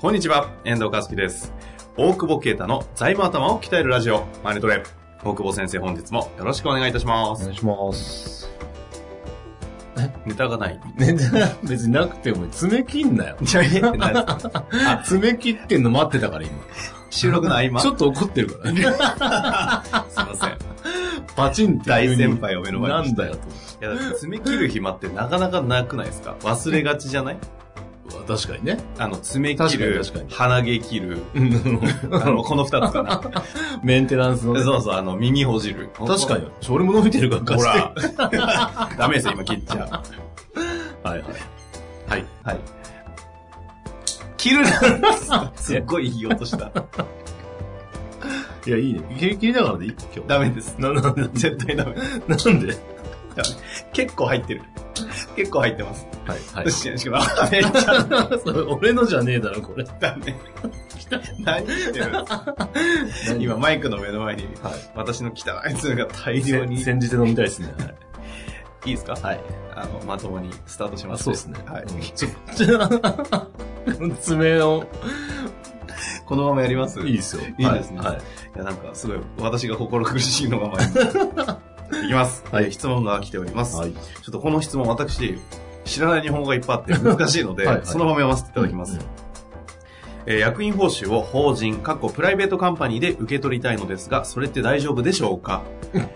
こんにちは、遠藤和樹です。大久保啓太の財務頭を鍛えるラジオ、マネトレ。大久保先生、本日もよろしくお願いいたしまおす。願いします。ネタがない。ね、別になくても爪切んなよ。じゃあ、あ、爪切ってんの待ってたから今。収録の合間。ちすょっと怒ってるからね。いません。いパチンって。大先輩を目の前になしんてだよや、だって爪切る暇ってなかなかなくないですか忘れがちじゃないと。確かにね。あの、爪切る確かに確かに、鼻毛切 る、あの、この二つかな。メンテナンスのね。そうそう、あの、耳ほじる。確かに。俺も伸びてるからほ貸して ら。ダメですよ、今切っちゃはいはい。う。はい。はい。切るなすっごいいい音 した。いや、いいね。切り切りだからでいい今日。ダメです。な、なんで絶対ダメ。なんで結構入ってる。結構入ってます。はいは よしよしよしめっちゃい。俺のじゃねえだろ、これ。ダメ。何言ってるんですか今、マイクの目の前に、はい。私の汚い爪が大量に。先い先日で飲みたいですね。はいいですかはい。あの、まともにスタートしまあ、す。そうですね。はい。うんちょっと、爪を、 このままやりますいいですよ。いいですねはい。いや、なんか、すごい、私が心苦しいのが前に。 いきます。はいえー質問が来ております。はい。ちょっとこの質問、私、知らない日本語がいっぱいあ って難しいので、はいはいそのまま読ませていただきます。うんえー役員報酬を法人、過去プライベートカンパニーで受け取りたいのですが、それって大丈夫でしょうか、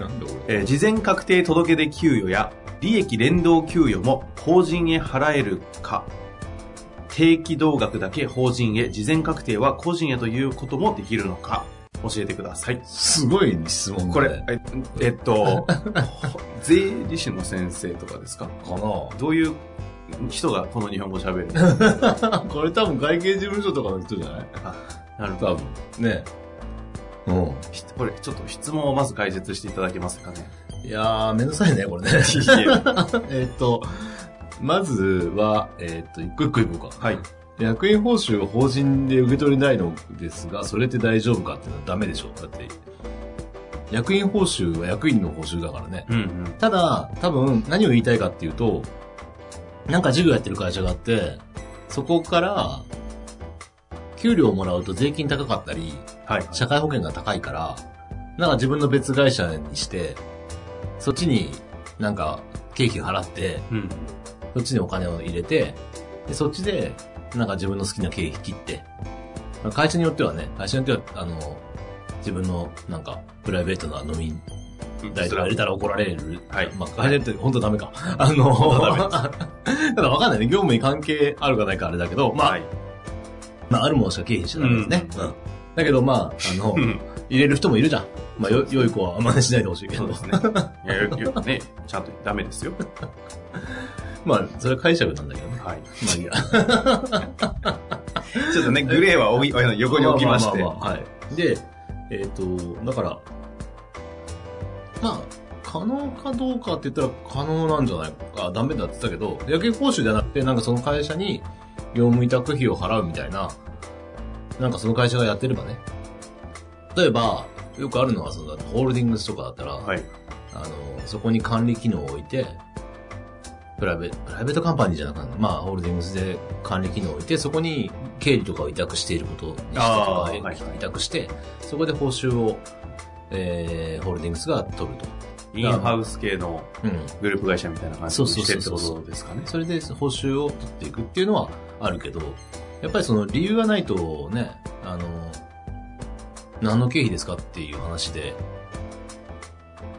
なんで俺。えー事前確定届出給与や利益連動給与も法人へ払えるか定期同額だけ法人へ、事前確定は個人へということもできるのか教えてください。すごい質問だねこれ、ええっ と、税理士の先生とかですかかなどういう人がこの日本語喋る のこれ多分外形事務所とかの人じゃないなるほど。多分。ね。うひこれ、ちょっと質問をまず解説していただけますかね。ん。いやー、めんどくさいね、これね。 えっと、まずは、えっと、一個一個いこうか。はい。役員報酬を法人で受け取れないのですが、それって大丈夫かっていうのはダメでしょだって、役員報酬は役員の報酬だからね。うんうん。ただ、多分、何を言いたいかっていうと、なんか事業やってる会社があって、そこから、給料をもらうと税金高かったり、はい。社会保険が高いから、なんか自分の別会社にして、そっちになんか経費払って、うん。そっちにお金を入れて、でそっちで、なんか自分の好きな経費切って、会社によってはね、会社によっては、あの、自分のなんかプライベートな飲み代とか入れたら怒られる。はいまあ、会社って本当ダメか。あの、 ただわかんないね。業務に関係あるかないかあれだけど、まあ、はい。まあ、あるものしか経費しちゃダメですね。うんうんだけど、まあ、あ の、入れる人もいるじゃん。まあ、よ、良い子は真似しないでほしいけそうどで。すね。いや、よよくね、ちゃんとダメですよ。 まあ、それは解釈なんだけどね。はい。まあ、いいや。 ちょっとね、グレーはおいあの横に置きまして。ああああはい。で、えっ、と、だから、まあ、可能かどうかって言ったら可能なんじゃないか。ダメだって言ったけど、役員報酬じゃなくて、なんかその会社に業務委託費を払うみたいな、なんかその会社がやってればね。例えば、よくあるのは、その、ホールディングスとかだったら、はい。あの、そこに管理機能を置いて、プライベプライベートカンパニーじゃなくて、まあ、ホールディングスで管理機能を置いて、そこに経理とかを委託していることにしてとか、あーえはい委託して、そこで報酬を、えー、ホールディングスが取ると。インハウス系のうん。グループ会社みたいな感じそうにそうしてそっうてそうことですかね。それで報酬を取っていくっていうのはあるけど、やっぱりその理由がないとね、あの、何の経費ですかっていう話で、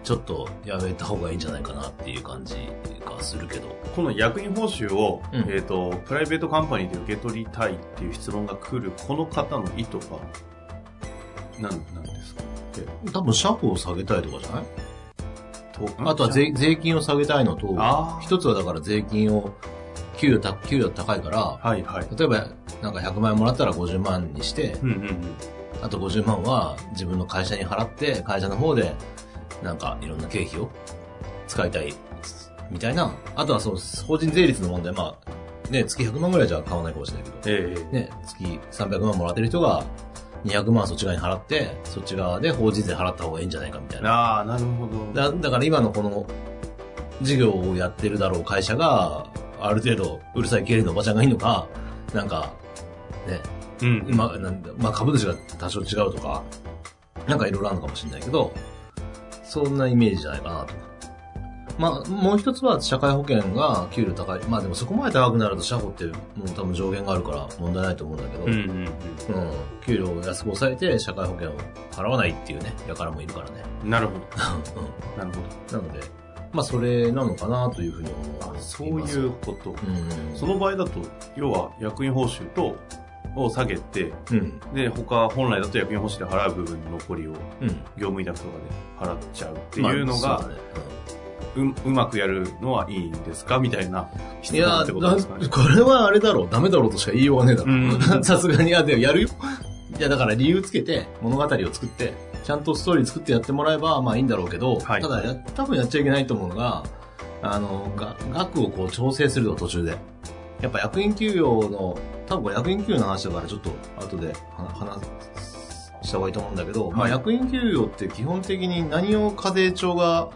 ちょっとやめた方がいいんじゃないかなっていう感じがするけど。この役員報酬を、うんえっと、プライベートカンパニーで受け取りたいっていう質問が来る、この方の意図は、なん、なんですか多分、車庫を下げたいとかじゃないとあとは税税金を下げたいのと、あー一つはだから税金を、給与た給与高いから、はいはい。例えばなんか100万円もらったら50万にして、うんうんうん。あと50万は自分の会社に払って、会社の方で、なんかいろんな経費を使いたい、みたいな。あとはその、法人税率の問題、まあ、ね、月100万ぐらいじゃ買わないかもしれないけど、ええね、月300万もらってる人が、200万そっち側に払って、そっち側で法人税払った方がいいんじゃないかみたいな。ああ、なるほど。だだから今のこの、事業をやってるだろう会社が、ある程度、うるさい経理のおばちゃんがいいのか、なんか、ね、うん。まあ、なんだまあ、株主が多少違うとか、なんかいろいろあるのかもしれないけど、そんなイメージじゃないかなと。まあ、もう一つは社会保険が給料高い。まあでもそこまで高くなると社保ってもう多分上限があるから問題ないと思うんだけど、うんうんうん。うん給料を安く抑えて社会保険を払わないっていうね、やからもいるからね。なるほど。うなるほど。んなので、まあそれなのかなというふうに思います。そういうこと。うん。その場合だと、要は役員報酬と、を下げて、うん。で、他、本来だと役員報酬で払う部分の残りをうん。業務委託とかで払っちゃうっていうのまあがそう、だねうんううまくやるのはいいんですかみたいない質問やってーことですかねだ。これはあれだろう、ダメだろうとしか言いようがねえだうろ う。さすがに、あ、でもやるよ。いや、だから理由つけて、物語を作って、ちゃんとストーリー作ってやってもらえば、まあいいんだろうけど、はいただや、多分やっちゃいけないと思うのが、あの、が額をこう調整すると途中で。やっぱ役員給与の、多分これ役員給与の話だからちょっと後では話した方がいいと思うんだけど、まはあい役員給与って基本的に何を課税庁が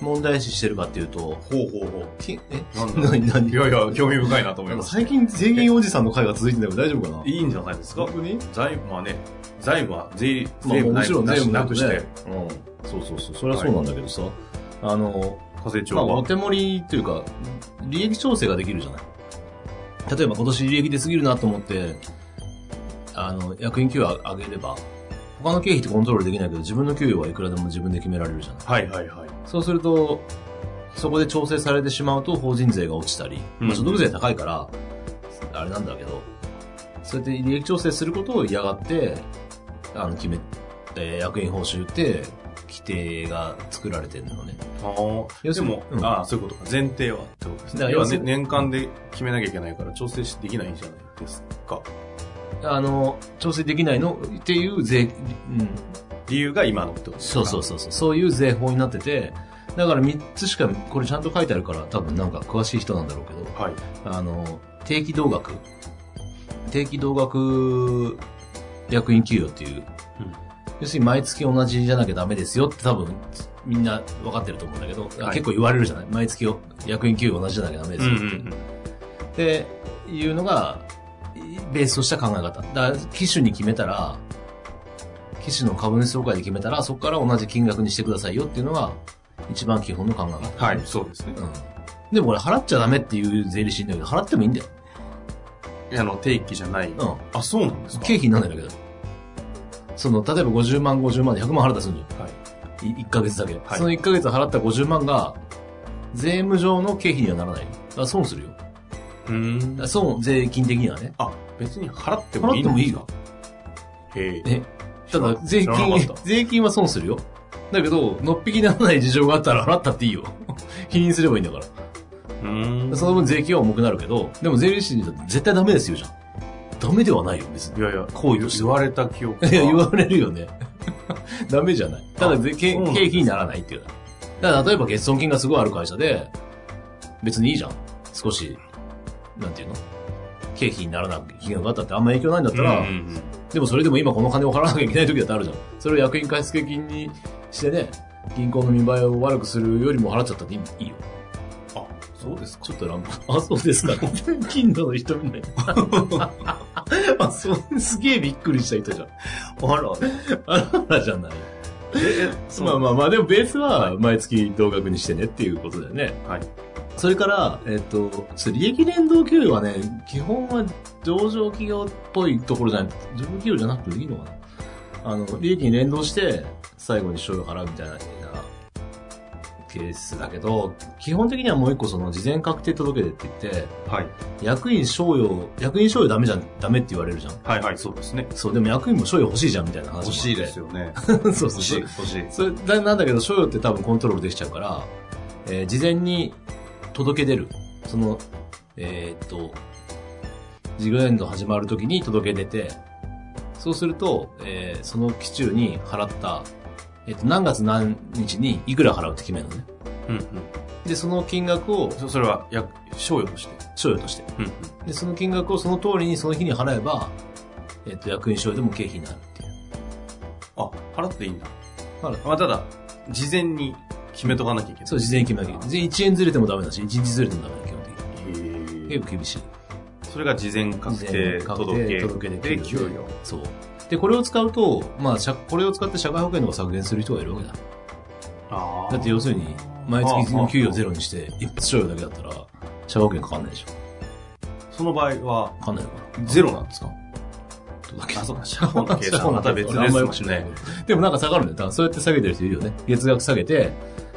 問題視してるかっていうと、ほうほうほう。きえなんだ 何何いやいや、興味深いなと思いなんまかす。最近税金おじさんの会が続いてんだけど大丈夫かないいんじゃないですか本当に財務はね、財務は税まあ税務もなちろん税し務ななくくししてて、うん。そうそうそう。それはそうなんだけどさ、あの、課税庁まあ、おは。手盛りというか、利益調整ができるじゃない。例えば今年利益出過ぎるなと思って、あの、役員給与上げれば、他の経費ってコントロールできないけど、自分の給与はいくらでも自分で決められるじゃなはい。いはいはい。そうすると、そこで調整されてしまうと法人税が落ちたり、うんまあ所得税高いから、あれなんだけど、そうやって利益調整することを嫌がって、あの、決め、えー役員報酬って、規定が作られてるのね。あー要すでるにも、うんああ、そういうことか。前提はってことですね。だから要は要すねるに年間で決めなきゃいけないから調整しできないんじゃないですか。あの、調整できないのっていう税、うん、理由が今のってことですかそうそうそうそう、そういう税法になってて、だから3つしか、これちゃんと書いてあるから、多分なんか詳しい人なんだろうけど、はい。あの、定期同額。定期同額役員給与っていうう。ん要するに毎月同じじゃなきゃダメですよって多分みんな分かってると思うんだけど、はい結構言われるじゃない毎月役員給与同じじゃなきゃダメですよって。っていうのが、いベースとした考え方。だから、機種に決めたら、機種の株主総会で決めたら、そこから同じ金額にしてくださいよっていうのが、一番基本の考え方。はい、そうですね。うん。でもこれ払っちゃダメっていう税理士いんだけど、払ってもいいんだよ。あの、定期じゃない。うん。あ、そうなんですか経費になんないんだけど。その、例えば50万、50万で100万払ったとするんじはい。ゃん。い1ヶ月だけ。はいその1ヶ月払った50万が、税務上の経費にはならない。だから損するよ。だかうーんら。損、税金的にはね。あ、別に払っても払いいってもいいんよ。ですかへえ。え、ただ、税知らな金かっ、た税金は損するよ。だけど、のっぴきならない事情があったら払ったっていいよ。 否認すればいいんだから。うーん。その分税金は重くなるけど、でも税理士にだって絶対ダメですよ、じゃん。ダメではないよ、別に。いやいや、行為として言われた記憶が。いや、言われるよね。 ダメじゃない。ただ、あぜ経そうなん経です費にならないっていう。だから、例えば欠損金がすごいある会社で、別にいいじゃん。少し、なんていうの経費にならない金額があったってあんま影響ないんだったら、うんうんうんでもそれでも今この金を払わなきゃいけない時だってあるじゃん。それを役員貸付金にしてね、銀行の見栄えを悪くするよりも払っちゃったっていいいいよ。あ、そうですか。ちょっとなんか、あ、そうですか。 金の人みたいな。 あ、そう、すげえびっくりした人じゃん。あら。あらじゃない。 え、まあまあまあ、でもベースは毎月同額にしてねっていうことだよね。はい。それから、えっと、ちょっと利益連動給与はね、基本は上場企業っぽいところじゃない、上場企業じゃなくていいのかなあの、利益に連動して、最後に賞与を払うみたいな、ケースだけど、基本的にはもう一個その事前確定届出って言って、はい。役員賞与、役員賞与ダメじゃん、ダメって言われるじゃん。はいはい、そうですね。そう、でも役員も賞与欲しいじゃんみたいな話もあって。欲しいですよね。 そうそう欲そしい、う。欲しい。それだなんだけど、賞与って多分コントロールできちゃうから、えー事前に届け出る。その、えーっと、事業エンド始まるときに届け出て、そうすると、えーその期中に払った、えーっと、何月何日にいくら払うって決めるのね。うんうん。で、その金額をそそれは、や、賞与として。賞与として。うんうん。で、その金額をその通りにその日に払えば、えっ、と、役員賞与でも経費になるっていう。あ、払っていいんだ。払っまあ、ただ、事前に決めとかなきゃいけない。そう、事前に決めなきゃいけない。1円ずれてもダメだし、1日ずれてもダメだ、基本的に。へえ結構厳しい。それが事前確定届け届けで給与。そう。で、これを使うと、まあ、社これを使って社会保険とか削減する人がいるわけだ。あーだって要するに、毎月の給与ゼロにして、一発賞与だけだったら、社会保険かかんないでしょ。その場合は、かかんないのかな。ゼロなんですか届けあ、そうか、社保の計算はまた別ですもんね。。でもなんか下がるんだよ。だからそうやって下げてる人いるよね。月額下げて、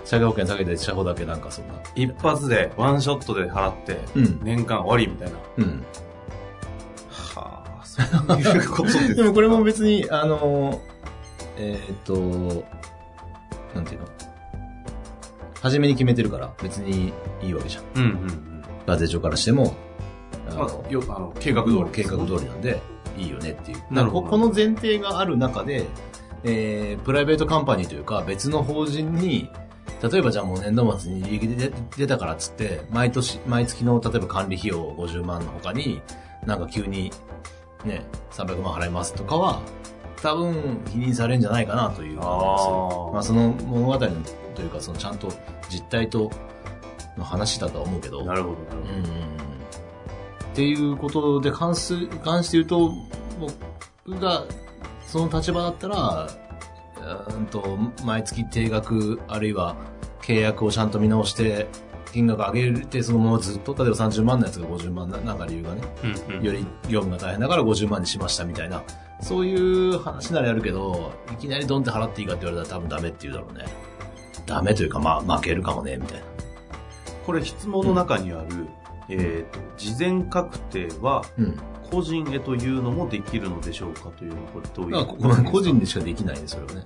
社会保険下げて、社保だけなんかそんな。一発で、ワンショットで払って、うん。年間終わりみたいな。うん。はあ、そういうことですかでもこれも別に、あの、えーっと、なんていうの初めに決めてるから、別にいいわけじゃん。うんうんうん。ガゼ上からしても、あまのあ、よあの計画通り。計画通りなんで、いいよねっていう。なるほどここの前提がある中で、えー、プライベートカンパニーというか、別の法人に、例えばじゃあもう年度末に利益で出出たからっつって、毎年、毎月の例えば管理費用50万の他に、なんか急に、ね、300万払いますとかは、多分、否認されるんじゃないかなという感じですあーまあ、その物語のというか、そのちゃんと実態との話だとは思うけど。なるほど、なるほど。っていうことで関す、関して言うと、僕がその立場だったら、うーんと、毎月定額、あるいは契約をちゃんと見直して、金額上げて、そのままずっと、例えば30万のやつが50万な、なんか理由がね、うんうんより業務が大変だから50万にしましたみたいな、そういう話ならやるけど、いきなりドンって払っていいかって言われたら多分ダメって言うだろうね。ダメというか、まあ、負けるかもね、みたいな。これ質問の中にある、えっ、と、事前確定はうん。個人へというのもできるのでしょうかというのは、これどういうだこかとらですこか個人でしかできないね、それはね。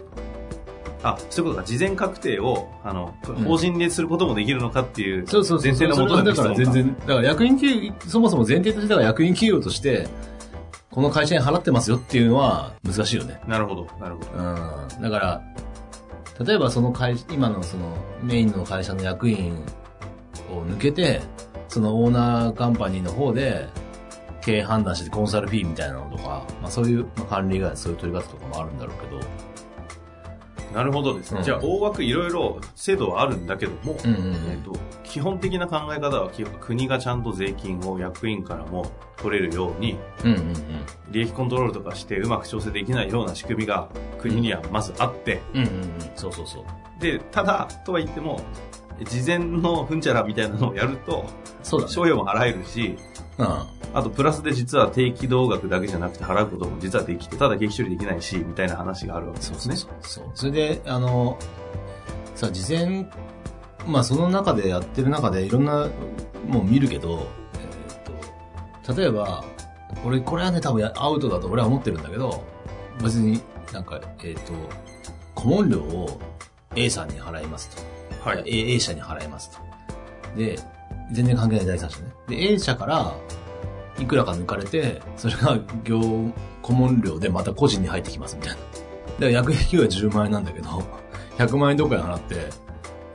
あ、そういうことか。事前確定を、あの、ん法人ですることもできるのかっていう、そうそうそう。前提のもとだの質か問ら全然、だから役員給与、そもそも前提として、だから役員給与として、この会社に払ってますよっていうのは難しいよね。なるほど、なるほど。うん。だから、例えばその会、今のそのメインの会社の役員を抜けて、そのオーナーカンパニーの方で、経営判断してコンサルフィーみたいなのとか、まあそういう、まあ、管理がそういう取り方とかもあるんだろうけど、なるほどですね。うんじゃあ、大枠いろいろ制度はあるんだけども、うんうんうえっん。と、基本的な考え方は基本国がちゃんと税金を役員からも取れるようにうんうん利益コントロールとかしてうまく調整できないような仕組みが国にはまずあってうん。うんうんうん。そうそうそう。でただとは言っても事前のふんちゃらみたいなのをやるとそうだね。賞与も払えるしうん。あとプラスで実は定期同額だけじゃなくて払うことも実はできてただ劇処理できないしみたいな話があるわけですね。そう。それで、あの、さあ、事前、まあ、その中でやってる中で、いろんな、もう見るけど、えーっと、例えば、俺、これはね、多分やアウトだと俺は思ってるんだけど、別になんか、えーっと、顧問料を A さんに払いますと。はい A, A 社に払いますと。で、全然関係ない第三者ね。で、A 社から、いくらか抜かれて、それが業、顧問料でまた個人に入ってきますみたいな。で、役員給与は10万円なんだけど、100万円 どっかに払って、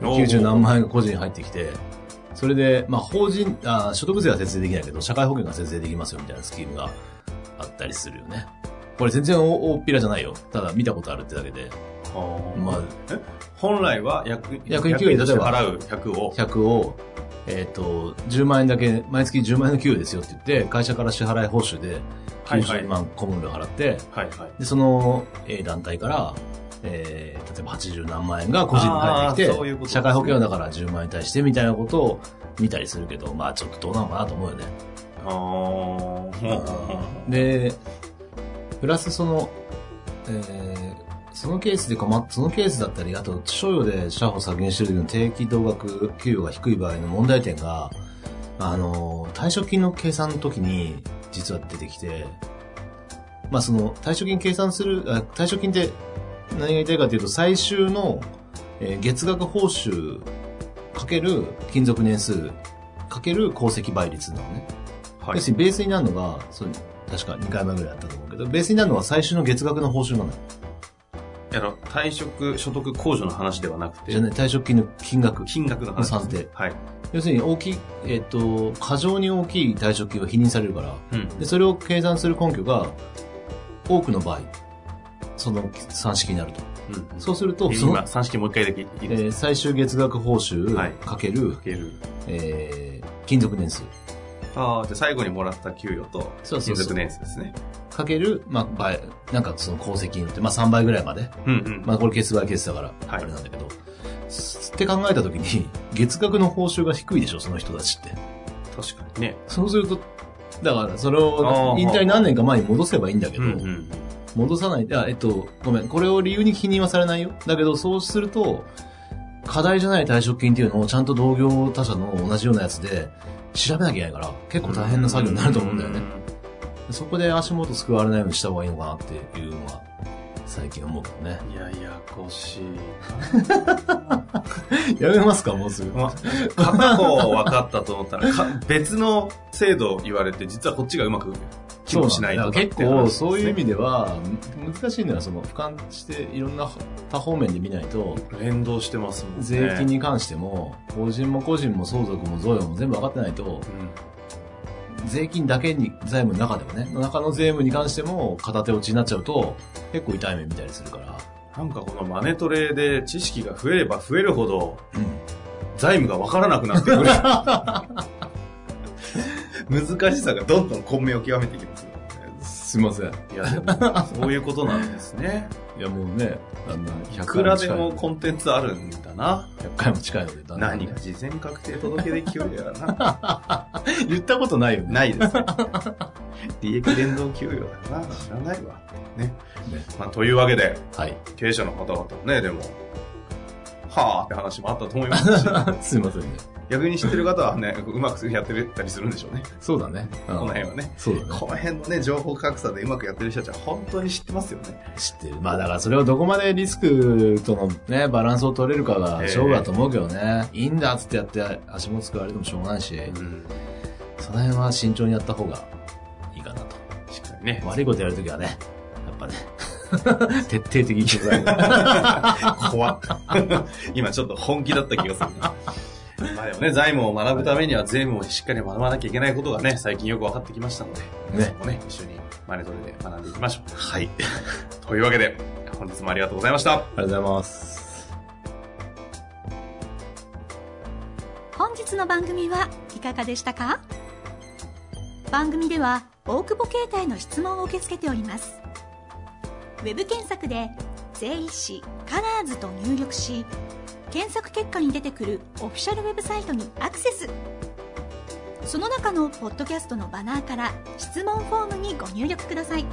おー90何万円が個人に入ってきて、それで、まあ、法人、あ所得税は節税できないけど、社会保険が節税できますよみたいなスキームがあったりするよね。これ全然大大っぴらじゃないよ。ただ見たことあるってだけで。まあ、本来は役役員給与として例えば払う100を100を、えっ、と、10万円だけ、毎月10万円の給与ですよって言って、会社から支払い報酬ではいはい90万顧問料払って、はいはいで、その、えー団体から、えー例えば80何万円が個人に返ってあきーそういうて、ことですね社会保険はだから10万円に対してみたいなことを見たりするけど、まあちょっとどうなのかなと思うよね。あーで、プラスその、えーそのケースで困っ、そのケースだったり、あと、賞与で社保削減してる時の定期同額給与が低い場合の問題点が、あの、退職金の計算の時に、実は出てきて、まあその、退職金計算する、あ退職金って何が言いたいかというと、最終の、えー月額報酬かける勤続年数かける功績倍率なのね。はい要。するにベースになるのが、そう確か2回前ぐらいあったと思うけど、ベースになるのは最終の月額の報酬なのよ。あの、退職、所得控除の話ではなくてじゃあ、ね、退職金の金額。金額のの話。算定。はい。要するに大きい、えっ、と、過剰に大きい退職金は否認されるから、うん。で、それを計算する根拠が、多くの場合、その算式になると。うん。そうすると、えその、今、算式もう一回だけいいえですかー最終月額報酬はいかける、かける。えー勤続年数ああ、じゃあ最後にもらった給与と、そう勤そうそう続年数ですね。かける、まあ、倍、なんかその功績によって、まあ3倍ぐらいまでうんうん。まあこれケースバイケースだから、はいあれなんだけど、すって考えたときに、 月額の報酬が低いでしょ、その人たちって。確かにね。そうすると、だから、それあをー引退何年か前に戻せばいいんだけうど、んうん。戻さない、あ、えっと、ごめん、これを理由に否認はされないよ。だけど、そうすると、課題じゃない退職金っていうのをちゃんと同業他社の同じようなやつで調べなきゃいけないから、結構大変な作業になると思うんだよね。そこで足元救われないようにした方がいいのかなっていうのは、最近思うけどね。 うん。いやいや、こしい。やめますか、もうすぐ。ま、片方分かったと思ったら、か別の制度を言われて、実はこっちがうまく機能しないとかそうっんだてよだから結構そういう意味。味ではむ難しいのはその俯瞰していろんな多方面で見ないと連動してますもんね。税金に関しても法人も個人も相続も贈与も全部分かってないとうん。税金だけに財務の中でもね中の税務に関しても片手落ちになっちゃうと結構痛い目見たりするから、なんかこのマネトレで知識が増えれば増えるほど、財務が分からなくなってくる。 難しさがどんどん混迷を極めていきますよね。すいませんいや、でも、そういうことなんです ね。いやもうねあんない100くらで回もも近いコンテンツあるんだな。 100回も近いのでだんだん何ねが事前確定届けで給与やらな。言ったことないよね ないですね。利益連動給与だな。知らないわ。ね。ねまあ、というわけで、はい経営者の方々もね、でも、はぁって話もあったと思います し、すい ませんね逆に知ってる方はね、うまくやってたりするんでしょうね。そうだねここの辺はね。そうだねこの辺のね、情報格差でうまくやってる人たちは本当に知ってますよね。知ってる。まあだからそれをどこまでリスクとのね、バランスを取れるかが勝負だと思うけどね。いいんだっつってやって足も使われてもしょうがないし、ん。その辺は慎重にやった方がいいかなと。しっかりね。悪いことやるときはね、やっぱね、 徹底的に取材 怖っ。 今ちょっと本気だった気がするね。まあでもね、財務を学ぶためには税務をしっかり学ばなきゃいけないことがね、最近よく分かってきましたので、皆さんもね、一緒にマネトレで学んでいきましょう。はい。 というわけで、本日もありがとうございました。ありがとうございます。本日の番組はいかがでしたか番組では大久保携帯の質問を受け付けておりますウェブ検索で「税理士カラーズと入力し検索結果に出てくるオフィシャルウェブサイトにアクセスその中のポッドキャストのバナーから質問フォームにご入力ください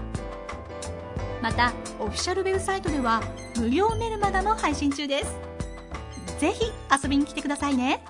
またオフィシャルウェブサイトでは無料メルマガも配信中ですぜひ遊びに来てくださいね